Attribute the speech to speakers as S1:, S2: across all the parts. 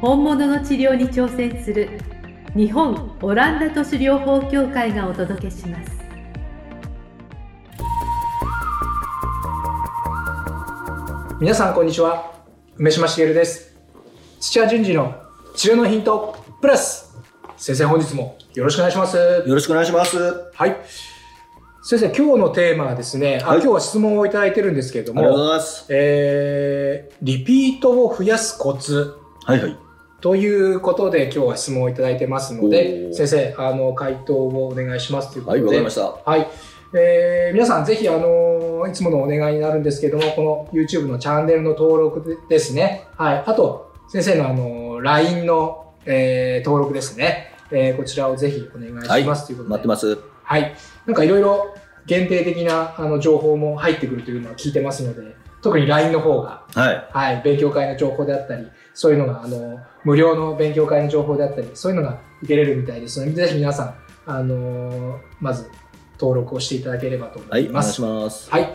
S1: 本物の治療に挑戦する日本オランダ都市療法協会がお届けします
S2: 皆さんこんにちは梅島茂です土屋順次の治療のヒントプラス先生本日もよろしくお願いします
S3: よろしくお願いします。
S2: はい先生今日のテーマはですね、あ
S3: はい
S2: 今日は質問をいただいてるんですけれど
S3: ありがとうご
S2: も
S3: ざいます。
S2: えーリピートを増やすコツ
S3: はいはい。
S2: ということで今日は質問をいただいてますので
S3: おー
S2: 先生あの回答をお願いしますというこ
S3: は
S2: と
S3: い、
S2: で、
S3: わかりました。
S2: はい、えー皆さんぜひあのーいつものお願いになるんですけどもこの YouTube のチャンネルの登録でですね、はい、あと先生のあのー LINE の、えー登録ですね、えーこちらをぜひお願いしますということで、
S3: 待ってます。
S2: はい、なんかいろいろ限定的なあの情報も入ってくるというのは聞いてますので特に LINE の方が
S3: はい。
S2: はい、勉強会の情報であったり、そういうのが、あの、無料の勉強会の情報であったり、そういうのが受けれるみたいですので、ぜひ皆さん、あのーまず登録をしていただければと思
S3: はい、
S2: い
S3: お
S2: ま
S3: 願い
S2: す。
S3: します。
S2: はい。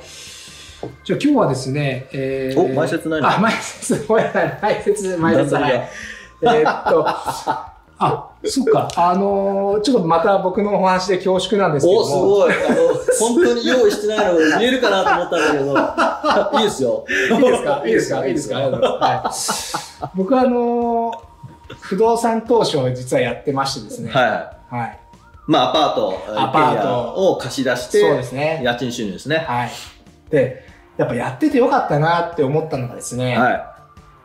S2: じゃあ今日はですね、えー
S3: お前説ないの
S2: あ、前説、ごめんなさい前説、前説、
S3: 段
S2: は
S3: 取り
S2: い。えーっと、あ、そっか、あのーちょっとまた僕のお話で恐縮なんですけども、
S3: お、すごい。あの、本当に用意してないのが見えるかなと思った んだけど、いいですよ。
S2: いいですかいいですかいいですかありがとうございます はい僕はあのー不動産投資を実はやってましてですね、い。
S3: は
S2: はい。
S3: い。まあ、アパート、
S2: アパート
S3: 一軒家を貸し出し
S2: そうで
S3: て、
S2: すね。
S3: 家賃収入ですね。
S2: はい。で、やっぱやっててよかったなって思ったのがですね、
S3: は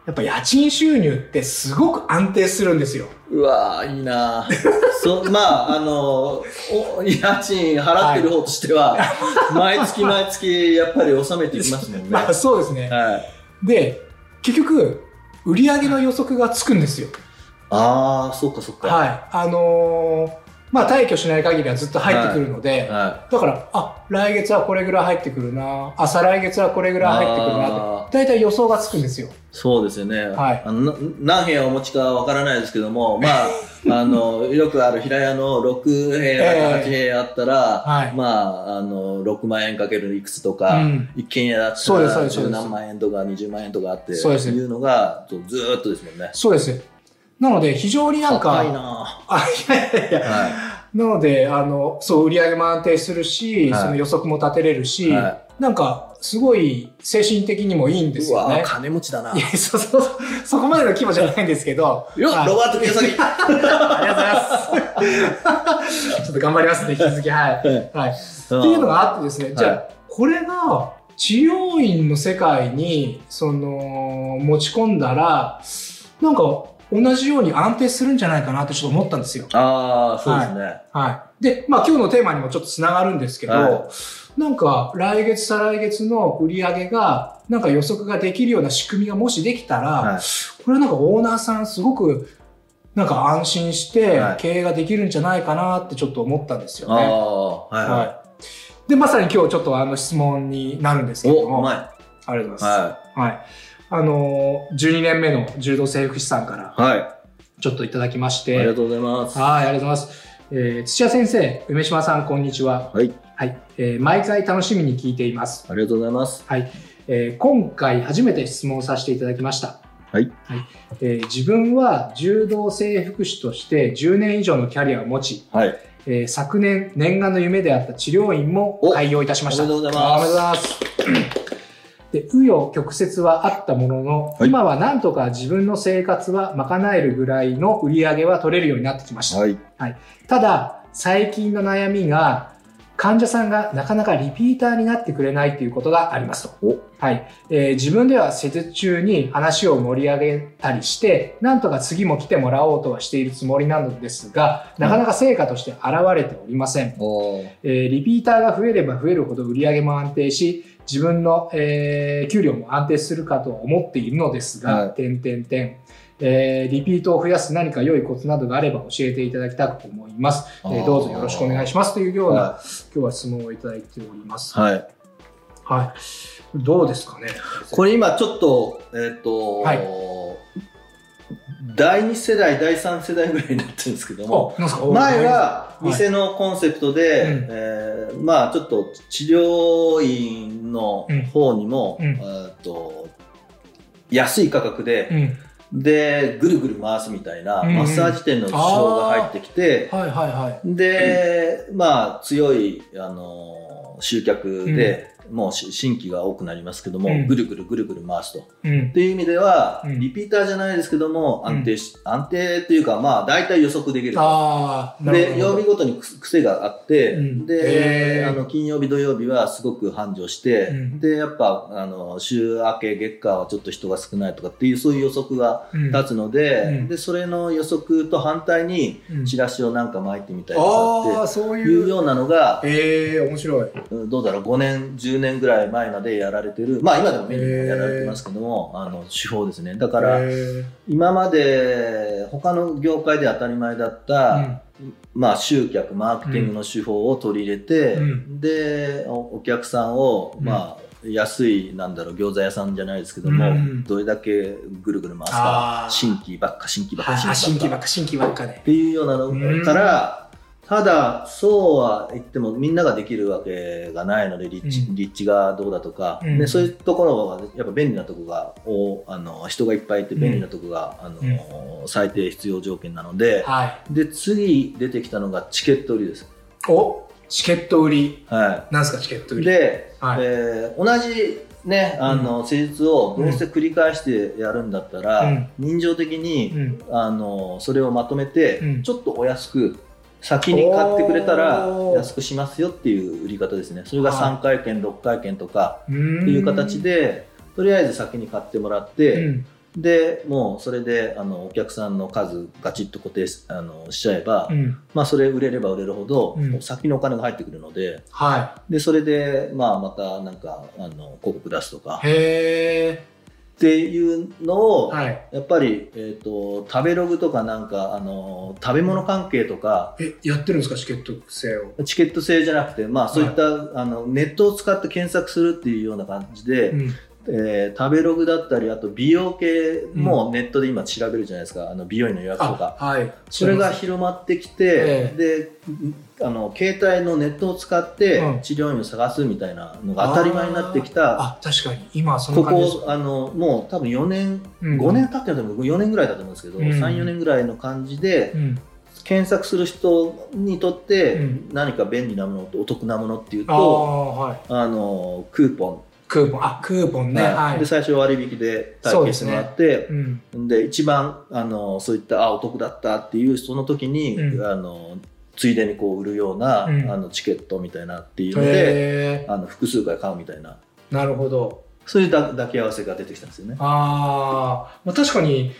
S2: やっぱ家賃収入ってすごく安定するんですよ。
S3: い。うわーいいな ぁそまあ、あの、お家賃払ってる方とし ては、毎月毎月、やっぱり納めていきますもんね。
S2: まあ
S3: は
S2: そうですね。
S3: い。
S2: で、結局、売上の予測がつくんですよ。
S3: ああ、そっかそっか。
S2: はい。あのーまあ退去しない限りはずっと入ってくるので、
S3: は
S2: だから、あ、来月はこれぐらい入ってくるな、あ、再来月はこれぐ
S3: い。
S2: らい入ってくるなって、
S3: あー
S2: 大体予想がつくんですよ。
S3: そうですよね、
S2: はい
S3: あのな何部屋お持ちかわからないですけど も、まあ、あのよくある平屋の6部屋
S2: ええ
S3: 8部屋あったら、
S2: はい
S3: まあ、あの6万円かけるいくつと
S2: う
S3: か、
S2: ん
S3: 一軒家だった
S2: そうですそう
S3: ら
S2: ですそう
S3: 十
S2: です
S3: 何万円とか20万円とかあって
S2: そうです
S3: いうのがずずーっとですもんね。
S2: そうです。なので、非常になん
S3: 高い
S2: か、
S3: な
S2: あ、いやいやいや、
S3: は
S2: なので、あの、そう、売り上げも安定するし、
S3: はい
S2: その予測も立てれる
S3: い、
S2: し、
S3: は
S2: なんか、すごい精神的にもいいん
S3: い、
S2: です
S3: う
S2: よ
S3: わ
S2: ね。
S3: ー。金持ちだない
S2: や、そ、そ、そそこまでの規模じゃないんですけど、
S3: よ
S2: はい
S3: ロバート 清崎は
S2: ありがとうございます。 ちょっと頑張りますね、引き続き、はい。
S3: い
S2: はい。っていうのがあってですね、じゃあ、
S3: は
S2: これが治療院の世界にその持ち込んだらなんか同じように安定するんじゃないかなってちょっと思ったんですよ。
S3: ああそうですね、
S2: はい、で、まあ、今日のテーマにもちょっとつながるんですけど、
S3: は
S2: なんか来月再来月の売り上げがなんか予測ができるような仕組みがもしできたら、
S3: はい
S2: これはなんかオーナーさんすごくなんか安心して
S3: はい
S2: 経営ができるんじゃないかなってちょっと思ったんですよ
S3: あ
S2: ね。
S3: あはいはい、
S2: はい。で、まさに今日ちょっとあの質問になるんですけれ
S3: お
S2: ど
S3: う
S2: も、
S3: ま
S2: あ
S3: い
S2: りがとうございま
S3: は
S2: す。はい。あのー、12年目の柔道整復師さんから
S3: い、はい
S2: ちょっといただきまし
S3: ありが
S2: て、
S3: とうございます。
S2: はい、ありがとうございます。えー土屋先生、梅島さん、こんにちは。
S3: はい、
S2: はい、えー毎回楽しみに聞いています。
S3: ありがとうございます。
S2: はい、えー今回初めて質問させていただきました。
S3: はい
S2: えー自分は柔道整復師として10年以上のキャリアを持ち、
S3: はい。
S2: えー昨年念願の夢であった治療院も
S3: お
S2: 開業いたしました
S3: おめでとうございます
S2: おめでとうございますで紆余曲折はあったものの、
S3: はい
S2: 今はなんとか自分の生活は賄えるぐらいの売り上げは取れるようになってきました、
S3: はい。
S2: ただ最近の悩みが患者さんがなかなかリピーターになってくれないということがありますと
S3: お、
S2: はいえー自分では施術中に話を盛り上げたりしてなんとか次も来てもらおうとはしているつもりなのですがなかなか成果として現れておりません、
S3: おー
S2: えーリピーターが増えれば増えるほど売り上げも安定し自分の、えー給料も安定するかと思っているのですが、
S3: はい
S2: 点点点、えーリピートを増やす何か良いコツなどがあれば教えていただきたく思います。えーどうぞよろしくお願いしますというような、
S3: は
S2: 今日は質問をいただいております。
S3: い。はい。
S2: はい。どうですかね。
S3: これ今ちょっと、えーっ、と、
S2: はい
S3: 第2世代、第3世代ぐらいになってるんですけども、
S2: あなんすか
S3: 前、は
S2: はい
S3: 店のコンセプトで、
S2: うん
S3: えーまあちょっと治療院の方にも、
S2: うん
S3: えーっと安い価格
S2: う
S3: で、
S2: ん。
S3: で、ぐるぐる回すみたいな、
S2: うんうん
S3: マッサージ店の事象が入ってきて、
S2: はいはいはい。
S3: で、まあ強い、あのー集客で、もうし新規が多くなりますけども、
S2: うん
S3: ぐるぐるぐるぐる回すと。
S2: うん
S3: っ。ていう意味では、
S2: うん
S3: リピーターじゃないですけども、安定し、安定というか、まあ、大体予測できる。
S2: ああ、なるほ
S3: で、
S2: ど
S3: 曜日ごとにくす癖があって、
S2: うんへ
S3: で、
S2: ー
S3: あの、金曜日、土曜日はすごく繁盛して、
S2: うん
S3: で、やっぱ、あの、週明け、月下はちょっと人が少ないとかっていう、そういう予測が
S2: うん
S3: 立つので、
S2: うん
S3: で、それの予測と反対に、
S2: うん
S3: チラシをなんか巻いてみたりと
S2: あ
S3: か
S2: あ、そう
S3: ってい
S2: いうう。
S3: ようなのが、
S2: ええ、面白い。
S3: うんどうだろう、5年、10年ぐらい前までやられてる、まあ今でもメニューもやられてますけども、あの、手法ですね。だか
S2: だ
S3: ら、今まで他の業界で当たり前だった、まあ集客、マーケティングの手法を取り入れて、
S2: う
S3: で、おお客さんを、
S2: うん
S3: まあ、安い、なんだろう、餃子屋さんじゃないですけども、
S2: うん
S3: どれだけぐるぐる回す
S2: あ
S3: か
S2: ー、
S3: 新規ばっか、新規ばっか、
S2: あ、新規ば
S3: ば
S2: っ
S3: っか。
S2: か、新規ばっかで
S3: っ。ていうような
S2: うん
S3: のから、ただ、そうは言っても、みんなができるわけがないので、立地,、
S2: うん
S3: 立地がどうだとか、
S2: うん
S3: でそういうところは、やっぱ便利なとこが、おあの人がいっぱいいて便利なとこが、あの最低必要条件なので、
S2: はい。
S3: で、次出てきたのがチケット売りです。
S2: おチケット売り。
S3: は
S2: なんすか、チケット売
S3: い。
S2: り。
S3: で、
S2: はい
S3: えー同じね、あの、施術をどうして繰り返してやるんだったら、
S2: うん
S3: 人情的に、
S2: うん
S3: あのそれをまとめて、
S2: うん
S3: ちょっとお安く先に買ってくれたら
S2: おー
S3: 安くしますよっていう売り方ですねそれが
S2: はい
S3: 3回券6回券とか
S2: う
S3: っ
S2: ーん
S3: ていう形でとりあえず先に買ってもらって、
S2: うん
S3: でもうそれであのお客さんの数ガチッと固定しあのしちゃえば、
S2: うん
S3: まあ、それ売れれば売れるほど、
S2: うん
S3: 先のお金が入ってくるので
S2: は
S3: でそれで、まあ、またなんかあの広告出すとか
S2: い。へえ。
S3: っていうのを、
S2: はい。
S3: やっぱり、えー、と食べログとかなんか、あの食べ物関係とか
S2: え、やってるんですか、チケット制を。
S3: チケット制じゃなくて、まあ、そういった、あのネットを使って検索するっていうような感じで、
S2: うん
S3: えー食べログだったりあと美容系もネットで今調べるじゃないですか、あの美容院の予約と
S2: あ
S3: か、
S2: はい。
S3: それが広まってきて
S2: え、え
S3: であの携帯のネットを使って
S2: うん
S3: 治療院を探すみたいなのが当たり前になってきた。
S2: あ、確かに。今はその
S3: こ
S2: 感じです
S3: こあのもう多分4年
S2: うん
S3: 5年経ってると思う4年ぐらいだと思うんですけど、
S2: うん
S3: 34年ぐらいの感じで
S2: うん
S3: 検索する人にとって
S2: うん
S3: 何か便利なものとお得なものっていう
S2: ああ、
S3: と
S2: はい。
S3: あのクーポ
S2: クーポン。あ、クーポン
S3: ン、
S2: ね。
S3: は
S2: はい
S3: で
S2: い。
S3: 最初割引で体験してもらって
S2: うん。
S3: で,、一番あのそういったあお得だったっていうその時に、
S2: うん
S3: あのついでにこう売るような、
S2: うん
S3: あのチケットみたいなっていうので
S2: へえ。
S3: あの複数回買うみたいな
S2: なるほど。
S3: そういうだ抱き合わせが出てきたんですよね。
S2: ああ、まあ、確かに、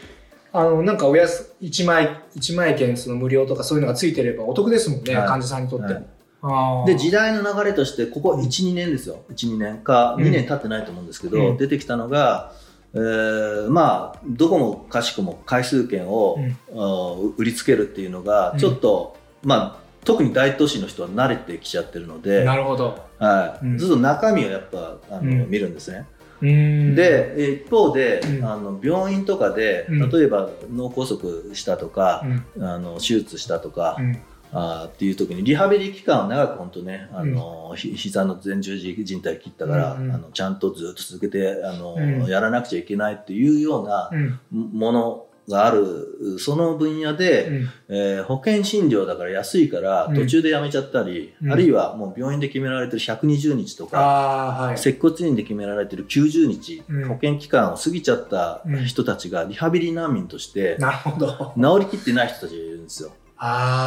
S2: あの、なんかおやす、1枚、一枚券その無料とかそういうのがついてればお得ですもんね、
S3: はい
S2: 患者さんにとって。
S3: はい
S2: あー
S3: で時代の流れとしてここ12年ですよ12年か
S2: うん
S3: 2年経ってないと思うんですけど、
S2: うん
S3: 出てきたのが、えーまあどこもかしこも回数券を、
S2: うん
S3: あー売りつけるっていうのが
S2: うん
S3: ちょっと、まあ特に大都市の人は慣れてきちゃってるので、
S2: なるほど。
S3: はい
S2: うん
S3: ずっと中身をやっぱあの、
S2: うん
S3: 見るんですね。
S2: うーん、
S3: でえー一方で、
S2: うん
S3: あの病院とかで、
S2: うん
S3: 例えば脳梗塞したとか
S2: う、ん、
S3: あの手術したとか
S2: う、ん、
S3: あーっていう時にリハビリ期間は長く本当ね、あのひ膝の前十字靭帯切ったから、
S2: うんうん
S3: あのちゃんとずっと続けてあの、
S2: うん
S3: やらなくちゃいけないっていうような
S2: うん、
S3: ものがあるその分野
S2: う
S3: で、
S2: ん、
S3: えー保険診療だから安いから
S2: うん
S3: 途中でやめちゃったり、
S2: うん
S3: あるいはもう病院で決められてる120日とか、
S2: ああー、はい。
S3: 接骨院で決められてる90日、
S2: うん
S3: 保険期間を過ぎちゃった人たちがリハビリ難民として、
S2: なるほど。
S3: 治りきってない人たちがいるんですよ。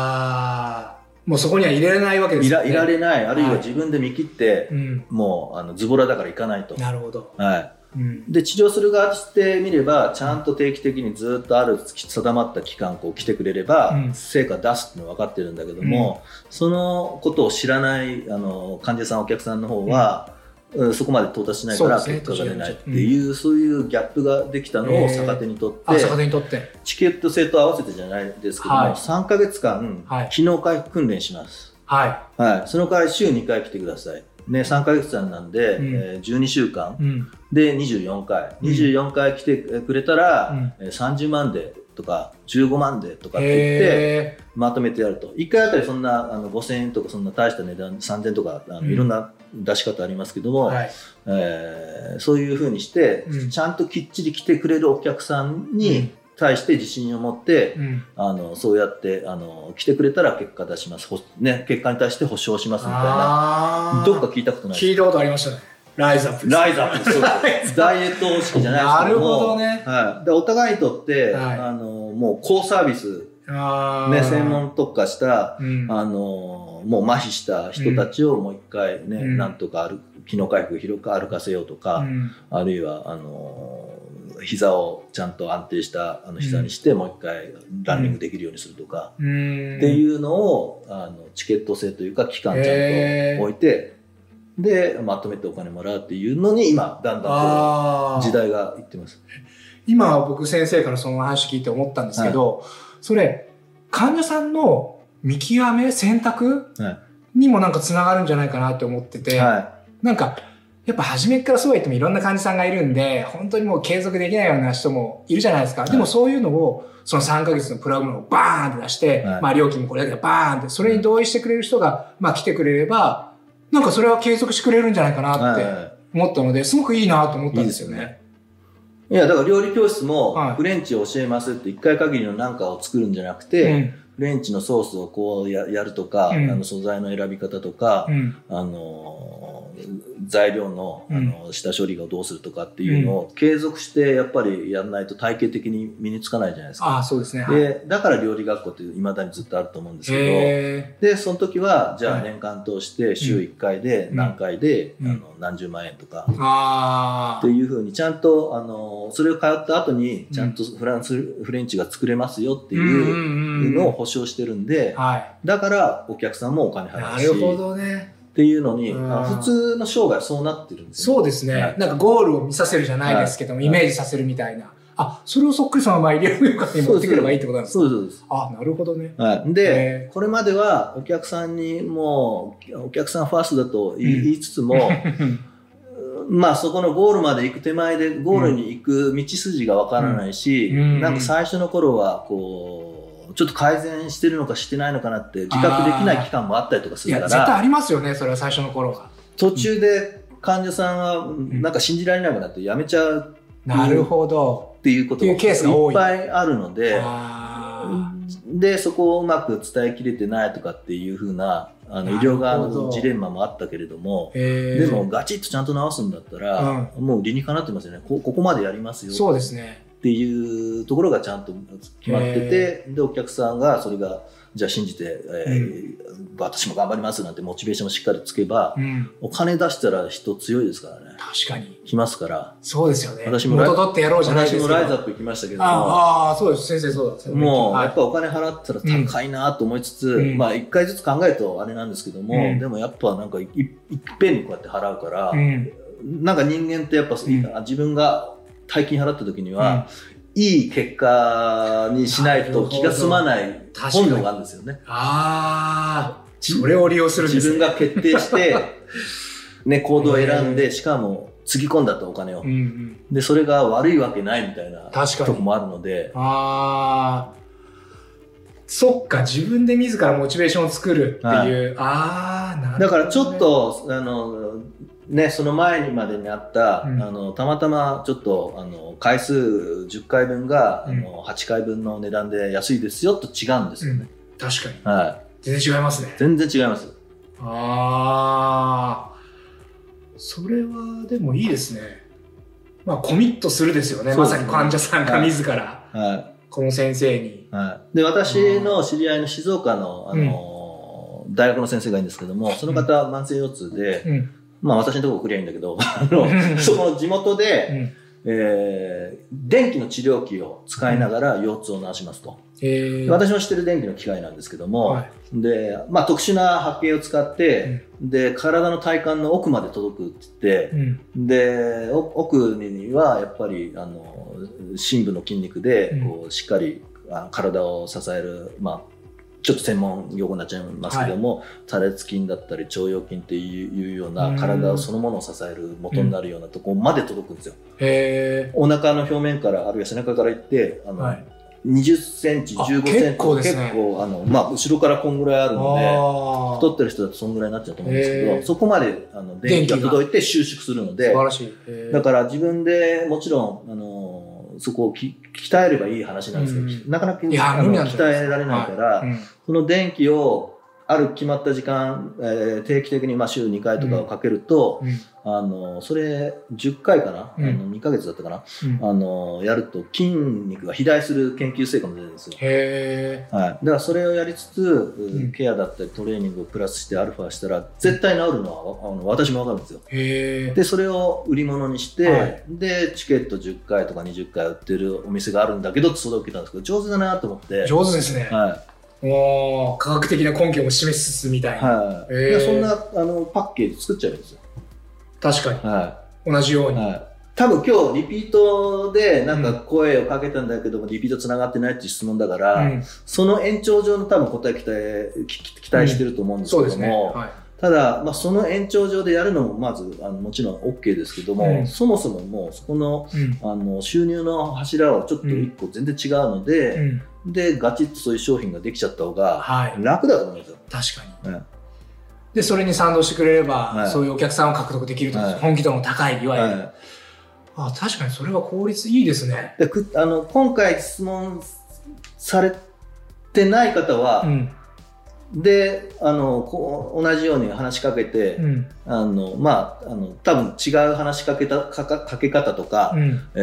S2: ああ、もうそこには入れられないわけで
S3: い
S2: す
S3: らいら
S2: れ
S3: れない、あるい
S2: は
S3: はい自分で見切って、
S2: うん、
S3: もうあのズボラだから行かないと。
S2: なるほど。
S3: は
S2: うん
S3: い、、で治療する側としてみればちゃんと定期的にずっとある定まった期間こう来てくれれば、
S2: うん
S3: 成果出すっていうのは分かってるんだけども、そのことを知らないあの患者さんお客さんの方は、うんそこまで到達しないから
S2: そうです
S3: 結
S2: ね
S3: 果が出ないっていう、そういうギャップができたのを逆手にとって、
S2: あ、逆手にとって。
S3: チケット制と合わせてじゃないですけども、
S2: はい
S3: 3ヶ月間、
S2: はい
S3: 機能回復訓練します。
S2: は
S3: はい。その代わり週2回来てください。ね、3ヶ月間なんで、
S2: うん
S3: えー12週間
S2: い。うん。で
S3: で24回。
S2: うん
S3: 24回来てくれた
S2: う
S3: ら
S2: ん、
S3: えー30万でとか15万でとかって言って、
S2: へ
S3: まとめてやると。1回あたりそんなあの5000円とかそんな大した値段、3000円とか、あの
S2: うん
S3: いろんな出し方ありますけども、
S2: ーはい。
S3: えーそういうふうにして、
S2: うん
S3: ちゃんときっちり来てくれるお客さん
S2: うん
S3: に対して自信を持って、
S2: うん。
S3: あのそうやってあの来てくれたら結果出します、ほね、結果に対して保証しますみたいな
S2: あー
S3: どっか聞いたことない
S2: 聞いたことありましたね。ライズアップです。
S3: ライザップそう
S2: ライ
S3: ですダイエット方式じゃないですけども
S2: なるほどね
S3: はい、でお互いにとって、
S2: はい
S3: あのもう高サービス、
S2: あー
S3: ね、専。門特化した
S2: うん。
S3: あのもう麻痺した人たちをもう一回ね、
S2: うん
S3: なんとか歩く機能回復広く歩かせようとか、
S2: うん
S3: あるいはあの膝をちゃんと安定したあの膝にして、もう一回ランニングできるようにするとか、
S2: うん。
S3: って
S2: う
S3: いうのをあのチケット制というか期間ちゃん
S2: へー
S3: と置いて、でまとめてお金もらうっていうのに今だんだん
S2: あー
S3: と時代がいってます。
S2: 今僕先生からその話聞いて思ったんですけど、それ患者さんの見極め選択、
S3: は
S2: にもなんかつながるんじゃないかなって思ってて、
S3: は
S2: なんかやっぱ初めっからそうは言ってもいろんな患者さんがいるんで本当にもう継続できないような人もいるじゃないですか、
S3: い
S2: でもそういうのをその3ヶ月のプラグラムをバーンって出して、
S3: はい
S2: まあ料金もこれだけでバーンってそれに同意してくれる人がまあ来てくれればなんかそれは継続してくれるんじゃないか
S3: い、
S2: なっ
S3: はい
S2: て思ったのですごくいいなと思ったんですよね。
S3: いいですいやだから料理教室も
S2: はい
S3: フレンチを教えますって一回限りの何かを作るんじゃなくて、フレンチのソースをこうややるとか、
S2: うん
S3: あの素材の選び方とか
S2: うん、うん
S3: あの材料の
S2: うん
S3: あの下処理がどうするとかっていうのを継続してやっぱりやんないと体系的に身につかないじゃないですか。
S2: ああそうですね。はい
S3: でだから料理学校っていまだにずっとあると思うんですけ
S2: へ
S3: どでその時はじゃあ
S2: はい
S3: 年間通して週1回で
S2: うん
S3: 何回で、
S2: うん
S3: あの何十万円とか
S2: ーあ
S3: って
S2: ー
S3: いうふうにちゃんとあのそれを通った後にちゃんとフランス、フレンチが作れますよってい
S2: い
S3: うのを保証してるんで
S2: は
S3: だからお客さんもお金
S2: い。な
S3: 払
S2: るほ
S3: うし
S2: どね。
S3: っていうのに
S2: うん
S3: 普通の生涯そうなってるんですよ
S2: そうですね、
S3: はい
S2: なんかゴールを見させるじゃないですけども、
S3: はい
S2: イメージさせるみたいな。あ、それをそっくりそのまま医療業界に 持ってくればいいってことなんですか
S3: そうですそうです
S2: あ、なるほどね。
S3: はい、
S2: え
S3: で、これまではお客さんにもうお客さんファーストだと言い,、
S2: うん
S3: つつもまあそこのゴールまで行く手前でゴールに行く道筋がわからないし、
S2: うん
S3: なんか最初の頃はこうちょっと改善してるのかしてないのかなって自覚できない期間もあったりとか す
S2: い
S3: る
S2: や、
S3: か
S2: 絶対
S3: ら
S2: ありますよね、それは最初の頃は。
S3: 途中で患者さんはうんなんか信じられなくなってやめちゃう
S2: なるほど。
S3: っていうことが
S2: っていうケースが多い
S3: っぱいあるので。
S2: あ
S3: でそこをうまく伝えきれてないとかっていう風なあの医
S2: なるほど
S3: 療側のジレンマもあったけれども
S2: ーへ
S3: で
S2: ー
S3: もガチッとちゃんと直すんだったら、もう理にかなってますよねこここまでやりますよ
S2: そうですね。
S3: っていうところがちゃんと決まっててでお客さんがそれがじゃあ信じて、えー私も頑張りますなんてモチベーションをしっかりつけば、
S2: うん。
S3: お金出したら人強いですからね
S2: 確かに。
S3: 来ますから
S2: そうですよね。
S3: 私もライ
S2: 元取ってやろうじゃない
S3: 私
S2: です
S3: も
S2: けど
S3: ライズアップ行きましたけども
S2: ああ、そうです。先生、そうだ。
S3: もう、
S2: はい
S3: やっぱお金払ったら高いなと思いつつ、
S2: うん
S3: まあ一回ずつ考えるとあれなんですけども、
S2: うん
S3: でもやっぱなんかいいいっぺんにこうやって払うから、
S2: うん。
S3: なんか人間ってやっぱ、
S2: ん
S3: 自分が大金払った時には、いい結果にしないと気が済まない
S2: なるほど
S3: 本能があるんですよね。
S2: ああ、それを利用するんで
S3: 自
S2: すね
S3: 分が決定 して、ね、行動を選んで、しかもつぎ込んだとお金を、
S2: うんうん、
S3: で、それが悪いわけないみたいな
S2: 確か
S3: と
S2: に
S3: こ。もあるので、
S2: ああ、そっか、自分で自らモチベーションを作るっていう。ああ、なるほどね
S3: だからちょっ、と、あの、ね、その前にまでにあった、
S2: うん
S3: あのたまたまちょっとあの回数10回分が、
S2: うん
S3: あの8回分の値段で安いですよと違うんですよね、
S2: 確かに。
S3: はい、
S2: 全然違いますね。
S3: 全然違います
S2: ああ、それはでもいいですね。まあ、コミットするですよね。
S3: そ
S2: ま
S3: うです
S2: さ
S3: ね
S2: に患者さんが
S3: はい
S2: 自ら、
S3: は
S2: この先生に。
S3: い、はい、で私の知り合いの静岡のあの、大学の先生がいいんですけどもその方は慢性腰痛で、
S2: うん。
S3: まあ私のとこ送りゃいいんだけど あのそこの地元で、
S2: うん
S3: えー電気の治療器を使いながら腰痛を治しますと、
S2: えー、
S3: 私の知ってる電気の機械なんですけども、
S2: はい
S3: でまあ、特殊な波形を使って、で体の体幹の奥まで届くって
S2: うん、
S3: 言ってでお奥にはやっぱりあの深部の筋肉で
S2: うん
S3: こうしっかりあ体を支える、まあ、ちょっと専門用語になっちゃいますけども、多裂筋だったり腸腰筋っていういうよう
S2: うん
S3: な体そのものを支える元になるようなとこまで届くんですよ。
S2: え
S3: お腹の表面からあるいは背中からいってあ
S2: ー、
S3: の、
S2: はい。
S3: 20センチ、
S2: あ
S3: 15センチ、
S2: 結構ですね
S3: 結構あの、まあ、後ろからこんぐらいあるので、
S2: あ
S3: 太
S2: ー
S3: ってる人だとそんぐらいになっちゃうと思うんですけど、
S2: へー
S3: そこまであの電気が
S2: 電気が
S3: 届いて収縮するの
S2: 素
S3: で
S2: 晴、らしい。えー
S3: だから自分でもちろん、あのそこをき鍛えればいい話なんですけど、
S2: うん
S3: なかなか
S2: いや
S3: あの
S2: 無理なんじゃ
S3: 鍛
S2: ないですか
S3: えられないから、
S2: うん
S3: その電気をある決まった時間、えー定期的に、まあ、週2回とかをかけると、
S2: うん
S3: あのそれ10回かな、
S2: うん
S3: あの2ヶ月だったかな、
S2: うん
S3: あのやると筋肉が肥大する研究成果も出てるんですよ。
S2: へ
S3: はい、だからそれをやりつつ、うん
S2: うん
S3: ケアだったりトレーニングをプラスしてアルファしたら絶対治るのはわあの私も分かるんですよ
S2: え。へえ。
S3: でそれを売り物にして、
S2: はい
S3: でチケット10回とか20回売ってるお店があるんだけどって届けたんですけど上手だなと思って、
S2: 上手ですね。
S3: は
S2: もう科学的な根拠を示しつつみた
S3: い
S2: いな。
S3: はい
S2: へー
S3: でそんなあのパッケージ作っちゃうんですよ、
S2: 確かに。
S3: は
S2: 同じよう
S3: い
S2: に。
S3: はい、多分今日リピートでなんか声をかけたんだけども、リピートつながってないっていう質問だから、
S2: うん
S3: その延長上の多分答え期待きき期待してると思うんです
S2: そう
S3: け
S2: です
S3: ど
S2: ね。
S3: も、
S2: は
S3: ただ、まあ、その延長上でやるのもまずあのもちろん OK ですけども、
S2: うん
S3: そもそももうそこの
S2: い。うん。
S3: あの収入の柱はちょっと一個全然違うので、
S2: うん
S3: でガチッとそういう商品ができちゃった方が
S2: はい。
S3: 楽だと思うんですよ。
S2: 確かに、
S3: うん
S2: でそれに賛同してくれれば、
S3: はい
S2: そういうお客さんを獲得できると、
S3: はい
S2: 本気度の高いいわゆる、
S3: は
S2: あ確かにそれは効率いいですね
S3: い、でくあの今回質問されてない方
S2: う
S3: は、
S2: ん
S3: であのこう同じように話しかけて、
S2: うん
S3: あのまああの多分違う話しかけたかかかけ方とか、
S2: うん
S3: え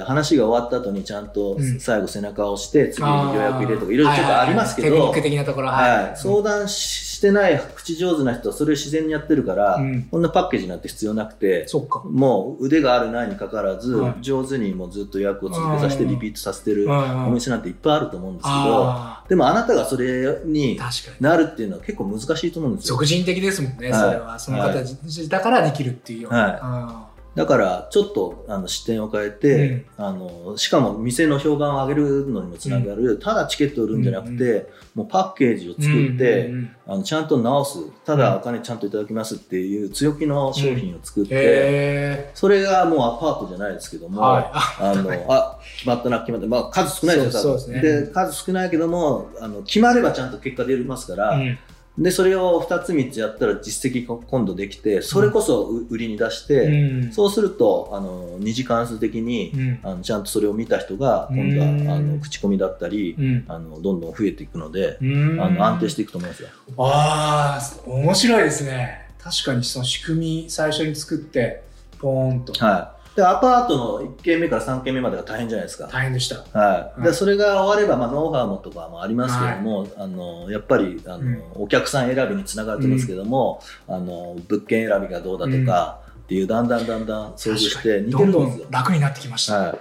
S3: ー話が終わった後にちゃんと
S2: うん
S3: 最後背中を押して次に
S2: あー
S3: 予約入れるとかいろいろちょっとありますけ
S2: はい
S3: ど、
S2: はい
S3: は
S2: はいいテクニック的なところはい、
S3: 相談ししてない口上手な人はそれを自然にやってるから、
S2: うん
S3: こんなパッケージなんて必要なくて
S2: そっか、
S3: もう腕があるないにかかわらず、
S2: はい
S3: 上手にもうずっと予約を続けさせて
S2: うん
S3: リピートさせて
S2: う
S3: る
S2: んうん
S3: お店なんていっぱいあると思うんですけど
S2: あ
S3: でもあなたがそれ
S2: ー
S3: に
S2: 確かに
S3: なるっていうのは結構難しいと思うんですよ
S2: 俗人的ですもんね、
S3: はい
S2: それはその方自だからできるっていうような、
S3: はい
S2: あ
S3: だからちょっとあの視点を変えて、あのしかも店の評判を上げるのにもつながる、ただチケットを売るんじゃなくて、もうパッケージ
S2: ー
S3: を作って、
S2: うんうんうん
S3: あのちゃんと直すただお金ちゃんといただきますっていう強気の商品を作って、
S2: へ
S3: それがもうアパートじゃないですけ
S2: ー
S3: ども、
S2: はいあ
S3: あのあ決まったな決まった、まあ、数少ないですよ多分
S2: そうそうですね
S3: 数少ないけどもあの決まればちゃんと結果出ますから、
S2: うん
S3: でそれを2つ3つやったら実績が今度できてそれこそ売りに出して。
S2: うん
S3: そうすると、あの二次関数的に、
S2: うん
S3: あのちゃんとそれを見た人が、今度
S2: うん
S3: はあの口コミだったり、
S2: うん
S3: あのどんどん増えていくので、
S2: うん
S3: あの安定していくと思いますよ。
S2: ああ、面白いですね。確かにその仕組み最初に作って、ポーンと。
S3: はい、でアパートの1軒目から3軒目までが大変じゃないですか。
S2: 大変でした。
S3: はい、
S2: は
S3: で
S2: い
S3: それが終われば、まあ、ノウハウもとかもありますけども、あのやっぱりあの、
S2: うん
S3: お客さん選びにつながると思いますけども、あの物件選びがどうだとかっていう、だんだんだんだん想像して似て
S2: ど
S3: る
S2: ん
S3: ん
S2: ど
S3: ですよ
S2: ん。楽になってきました。
S3: はい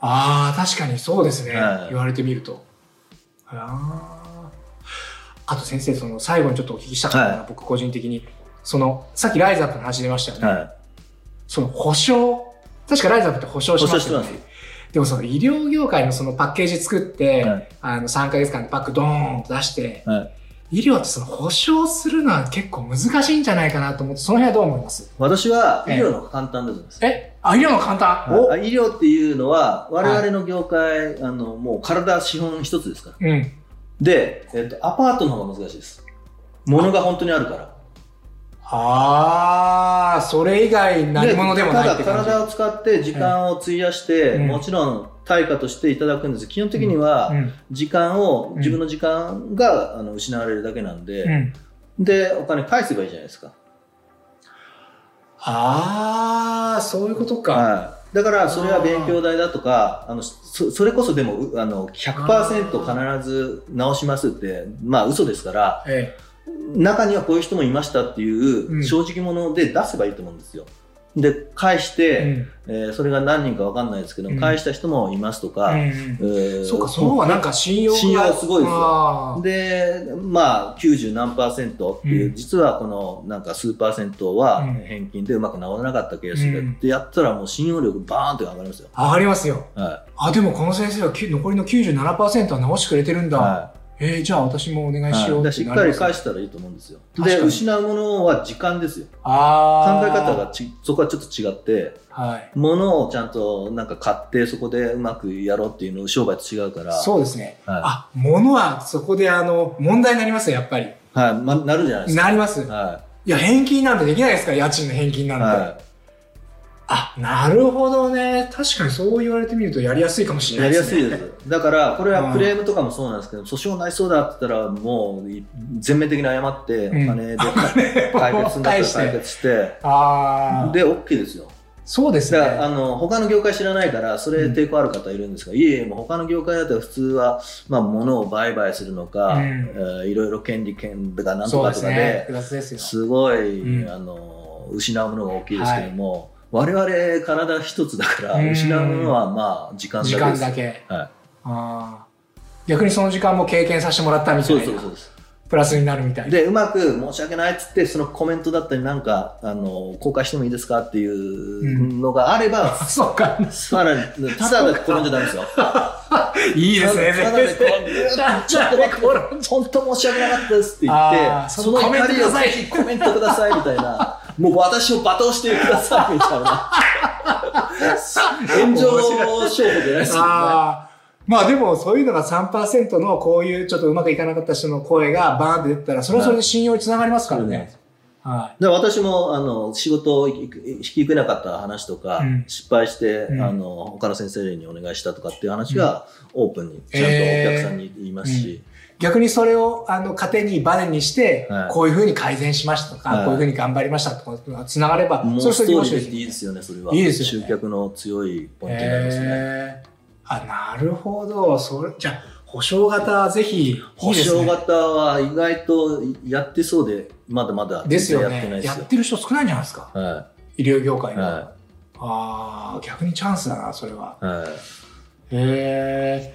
S2: ああ、確かにそうですね。
S3: はい
S2: 言われてみると。あーあと先生、その最後にちょっとお聞きしたかったのは、
S3: は
S2: 僕個人的に、その、さっきライザップの話出ましたよね。
S3: はい
S2: その保証。確かライザップって保証しますよ
S3: 保証
S2: ね
S3: して。
S2: でもその医療業界のそのパッケージ作って、
S3: はい
S2: あの3ヶ月間でパックドーンと出して、
S3: はい
S2: 医療ってその保証するのは結構難しいんじゃないかなと思って、その辺はどう思います
S3: 私は医療の方が簡単だと思います。
S2: えあ、医療の簡単、
S3: あ医療っていうのは我々の業界、あのもう体資本一つですから
S2: おうん。
S3: で、えっと、アパートの方が難しいです物が本当にあるから
S2: ああ、それ以外何者でもないって
S3: ただ
S2: 感じ。
S3: 体を使って時間を費やして、
S2: うん
S3: もちろん対価としていただくんです基本的には
S2: うん
S3: 時間を、
S2: ん
S3: 自分の時間があの失われるだけなんで、
S2: うん、
S3: でお金返せばいいじゃないですか、
S2: ああ、そういうことか。
S3: はい、だからそれは勉強代だとかあのそそれこそでもうあの100%必ず直しますってまあ嘘ですから、
S2: ええ
S3: 中にはこういう人もいましたっていううん正直者で出せばいいと思うんですよ。で、返し
S2: う
S3: て、
S2: ん
S3: えーそれが何人かわかんないですけど、
S2: うん
S3: 返した人もいますとか、
S2: うん
S3: えー
S2: そうか、その方がなんか信用が
S3: 信用すごいですよ
S2: あー
S3: で、まあ、90何パーセントっていう、
S2: うん
S3: 実はこのなんか数パーセントは
S2: うん
S3: 返金でうまく直らなかったケースで、
S2: うん
S3: ってやったらもう信用力バーンって上がりますよ。
S2: 上がりますよ。
S3: は
S2: あ、でもこの先生はき残りの97%は直してくれてるん
S3: い。
S2: だ。
S3: は
S2: えー、じゃあ私もお願
S3: い。
S2: いしよう
S3: は
S2: っ
S3: い、
S2: て
S3: しっ
S2: な
S3: か
S2: り
S3: り
S2: ます、
S3: 返したらいいと思うんですよ。
S2: 確
S3: で、
S2: かに
S3: 失うものは時間ですよ。考
S2: あ
S3: え
S2: ー
S3: 方がちそこはちょっと違って、
S2: はい。
S3: 物をちゃんとなんか買ってそこでうまくやろうっていうの商売と違うから、
S2: そうですね。
S3: は
S2: あ、物はそこであの、問題になりますよ、やっぱり。
S3: い。はい。ま、なるじゃないですか。
S2: なります。
S3: はい。
S2: や、返金なんてできないですから、家賃の返金ないんて。
S3: は
S2: あ、なるほどね。確かにそう言われてみるとやりやすいかもし
S3: い。
S2: れない
S3: やり
S2: で
S3: や
S2: すね。
S3: すいです。 だから、これ
S2: うん
S3: はクレームとかもそうなんですけど、訴訟ないそうだって言ったら、もうい全面的に謝って、お
S2: うん
S3: 金で解決するんだった
S2: 返
S3: ら
S2: して
S3: 解決して、
S2: ああ。
S3: で、OK ですよ。
S2: そうです
S3: だから、
S2: ね。
S3: あの、他の業界知らないから、それ抵抗ある方いるんですが、いえいえ、もう他の業界だったら普通は、まあ、物を売買するのか、
S2: うん
S3: えーいろいろ権利権がなんと
S2: そう
S3: か
S2: で
S3: と
S2: す
S3: か
S2: ね。
S3: で、
S2: 複雑ですよ。
S3: すごい、
S2: うん
S3: あの、失うものが大きいですけども、我々体一つだから、
S2: うん
S3: 失うものはまあ、時間だけ
S2: 時
S3: ですよ。
S2: 間だけ。
S3: はい
S2: あー逆にその時間も経験させてもらったみた
S3: そ
S2: いうな。
S3: ですそうですそうです。
S2: プラスになるみたいな。
S3: で、うまく申し訳ないっつって、そのコメントだったりなんか、あの、公開してもいいですかっていうのがあれば、
S2: そうか。
S3: さらに、ただで転んじゃダメですよ。
S2: いいですね、
S3: た だで
S2: 先
S3: 転んで、ちょっと待って、本当申し訳なかったですって言
S2: あ
S3: っ
S2: ー
S3: て、
S2: そのコメントください
S3: ぜひコメントくださいみたいな、もう私を罵倒してくださいみた いな。炎上勝負じゃないですけどね。
S2: あーまあでもそういうのが3%のこういうちょっとうまくいかなかった人の声がバーンって出たら、それはそれで信用につながりますからね。は
S3: で私もあの仕事を引き引き受けなかった話とか、
S2: うん
S3: 失敗して、
S2: うん
S3: あの他の先生にお願いしたとかっていう話は、オープンにちゃんと
S2: えー
S3: お客さんに言いますし、
S2: い。逆にそれをあの糧にバネにして
S3: は、い
S2: こういうふうに改善しましたとか、
S3: はい
S2: こういうふうに頑張りましたとか、つながれば、
S3: もう
S2: それはそ
S3: ス
S2: れ
S3: ト
S2: で
S3: ー
S2: 面
S3: リー
S2: 白
S3: で
S2: い
S3: いい
S2: でね。
S3: ですすよねそれは。
S2: いいですよね
S3: 集客の強いポイントになりますね。
S2: へーあ、なるほど。それ、じゃあ、保証型ぜひ、いいですね。
S3: 保証型は意外とやってそうで、まだまだ
S2: ですよ
S3: 全然やってない
S2: ね。
S3: で
S2: や
S3: すよ
S2: っ。てる人少ないんじゃないですか。
S3: は
S2: 医療業界
S3: い。
S2: の。
S3: は
S2: ああ、逆にチャンスだな、それは。
S3: い。はい。
S2: へえ。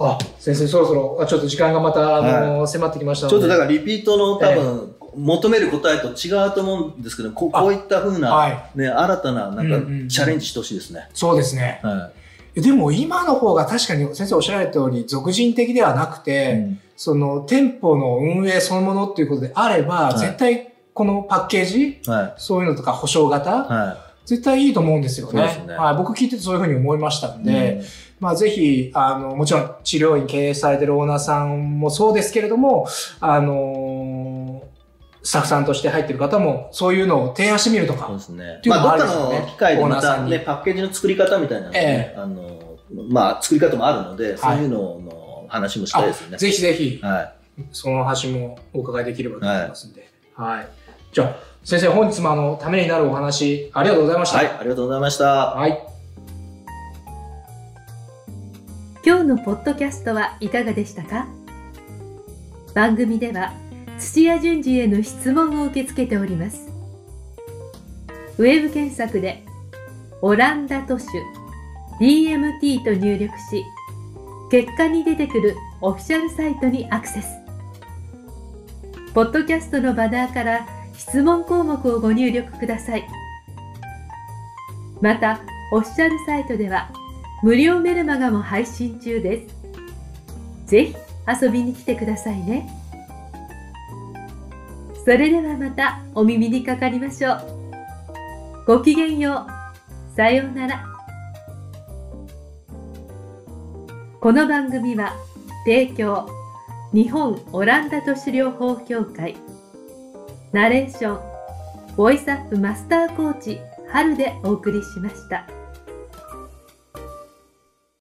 S2: あ、先生、そろそろ、あちょっと時間がまた、あの迫ってきまし
S3: ち
S2: たの
S3: ょ
S2: で。
S3: っとだからリピートの多分、求める答えと違うと思うんですけど、こ
S2: あ
S3: こういったふうな、
S2: は
S3: ね、新たななん
S2: うんうんうん
S3: かチャレンジしてほしいですね。
S2: そうですね。
S3: は
S2: でも今の方が確かに先生おっしゃられた通り、俗人的ではなく
S3: い。
S2: て、
S3: うん
S2: その店舗の運営そのものっていうことであれば、
S3: はい
S2: 絶対このパッケージ、
S3: は
S2: そういうのとか保証型、
S3: い。は
S2: 絶対いいと思うんですよね。
S3: そうですね
S2: はい、僕聞いててそういうふうに思いましたん
S3: い。
S2: で、まあ、ぜひ、あの、もちろん治療院経営されてるオーナーさんもそうですけれども、あのスタッフさんとして入ってる方も、そういうのを提案してみると
S3: そう
S2: か
S3: で。すね
S2: っ。ていうの
S3: ま
S2: もあ
S3: あ、
S2: る
S3: ど
S2: んですよ
S3: っ
S2: ね
S3: かの機会でま
S2: オーナーさ
S3: た
S2: んに
S3: ね、パッケージの作り方みたいなのね、
S2: え
S3: あの、まあ、作り方もあるので、そういうのの話もしたいですよね。
S2: ぜひぜひ、
S3: は
S2: その話もお伺いできればと思いますんで。はい。じゃあ、先生、本日もあの、ためになるお話、ありがとうございま
S3: い。
S2: した。
S3: はい、ありがとうございました。
S2: はい。
S1: 今日のポッドキャストはいかがでしたか番組では土屋順次への質問を受け付けておりますウェブ検索で「オランダ都市 DMT」と入力し結果に出てくるオフィシャルサイトにアクセスポッドキャストのバナーから質問項目をご入力くださいまたオフィシャルサイトでは「無料メルマガも配信中です。ぜひ遊びに来てくださいね。それではまたお耳にかかりましょう。ごきげんよう。さようなら。この番組は提供日本オランダ都市療法協会ナレーションボイスアップマスターコーチ春でお送りしました。